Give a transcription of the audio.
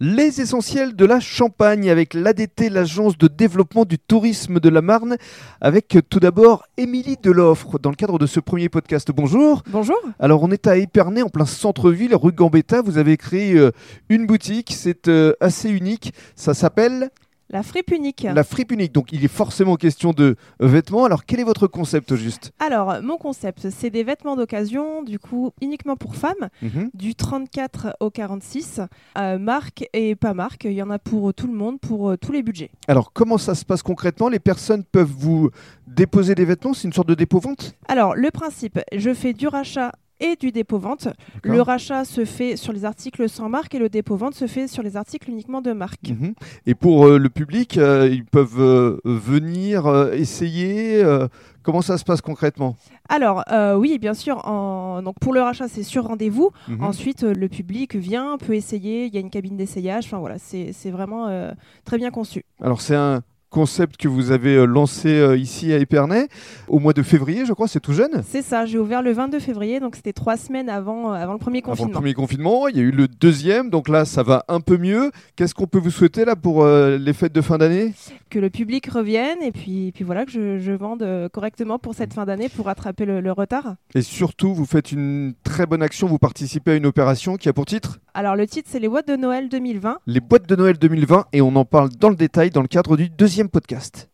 Les essentiels de la Champagne avec l'ADT, l'agence de développement du tourisme de la Marne, avec euh, tout d'abord Émilie Deloffre dans le cadre de ce premier podcast. Bonjour. Bonjour. Alors on est à Épernay en plein centre-ville, rue Gambetta. Vous avez créé euh, une boutique, c'est euh, assez unique. Ça s'appelle La fripe unique. la fripe unique. Donc il est forcément question de euh, vêtements. Alors quel est votre concept au juste Alors, mon concept, c'est des vêtements d'occasion, du coup, uniquement pour femmes, Mhm. du 34 au 46, euh, marque et pas marque. Il y en a pour tout le monde, pour euh, tous les budgets. Alors comment ça se passe concrètement Les personnes peuvent vous déposer des vêtements, c'est une sorte de dépôt-vente Alors, le principe, je fais du rachat et du dépôt-vente. Le rachat se fait sur les articles sans marque et le dépôt-vente se fait sur les articles uniquement de marque. Mhm. Et pour euh, le public, euh, ils peuvent euh, venir euh, essayer. euh, comment ça se passe concrètement Alors, euh, oui, bien sûr, en- donc pour le rachat, c'est sur rendez-vous. Mhm. Ensuite, euh, le public vient, peut essayer, il y a une cabine d'essayage. Enfin, voilà, c'est c'est vraiment euh, très bien conçu. Alors c'est un concept que vous avez euh, lancé euh, ici à Épernay au mois de février, je crois, c'est tout jeune. C'est ça, j'ai ouvert le 22 février, donc c'était trois semaines avant, euh, avant le premier Avant le confinement. premier confinement, il y a eu le deuxième, donc là ça va un peu mieux. Qu'est-ce qu'on peut vous souhaiter là pour euh, les fêtes de fin d'année Que le public revienne et puis, puis voilà, que je, je vende euh, correctement pour cette fin d'année pour rattraper le, le retard. Et surtout, vous faites une très bonne action, vous participez à une opération qui a pour titre Alors le titre, c'est les boîtes de Noël 2020. les boîtes de Noël 2020 et on en parle dans le détail dans le cadre du deuxième podcast.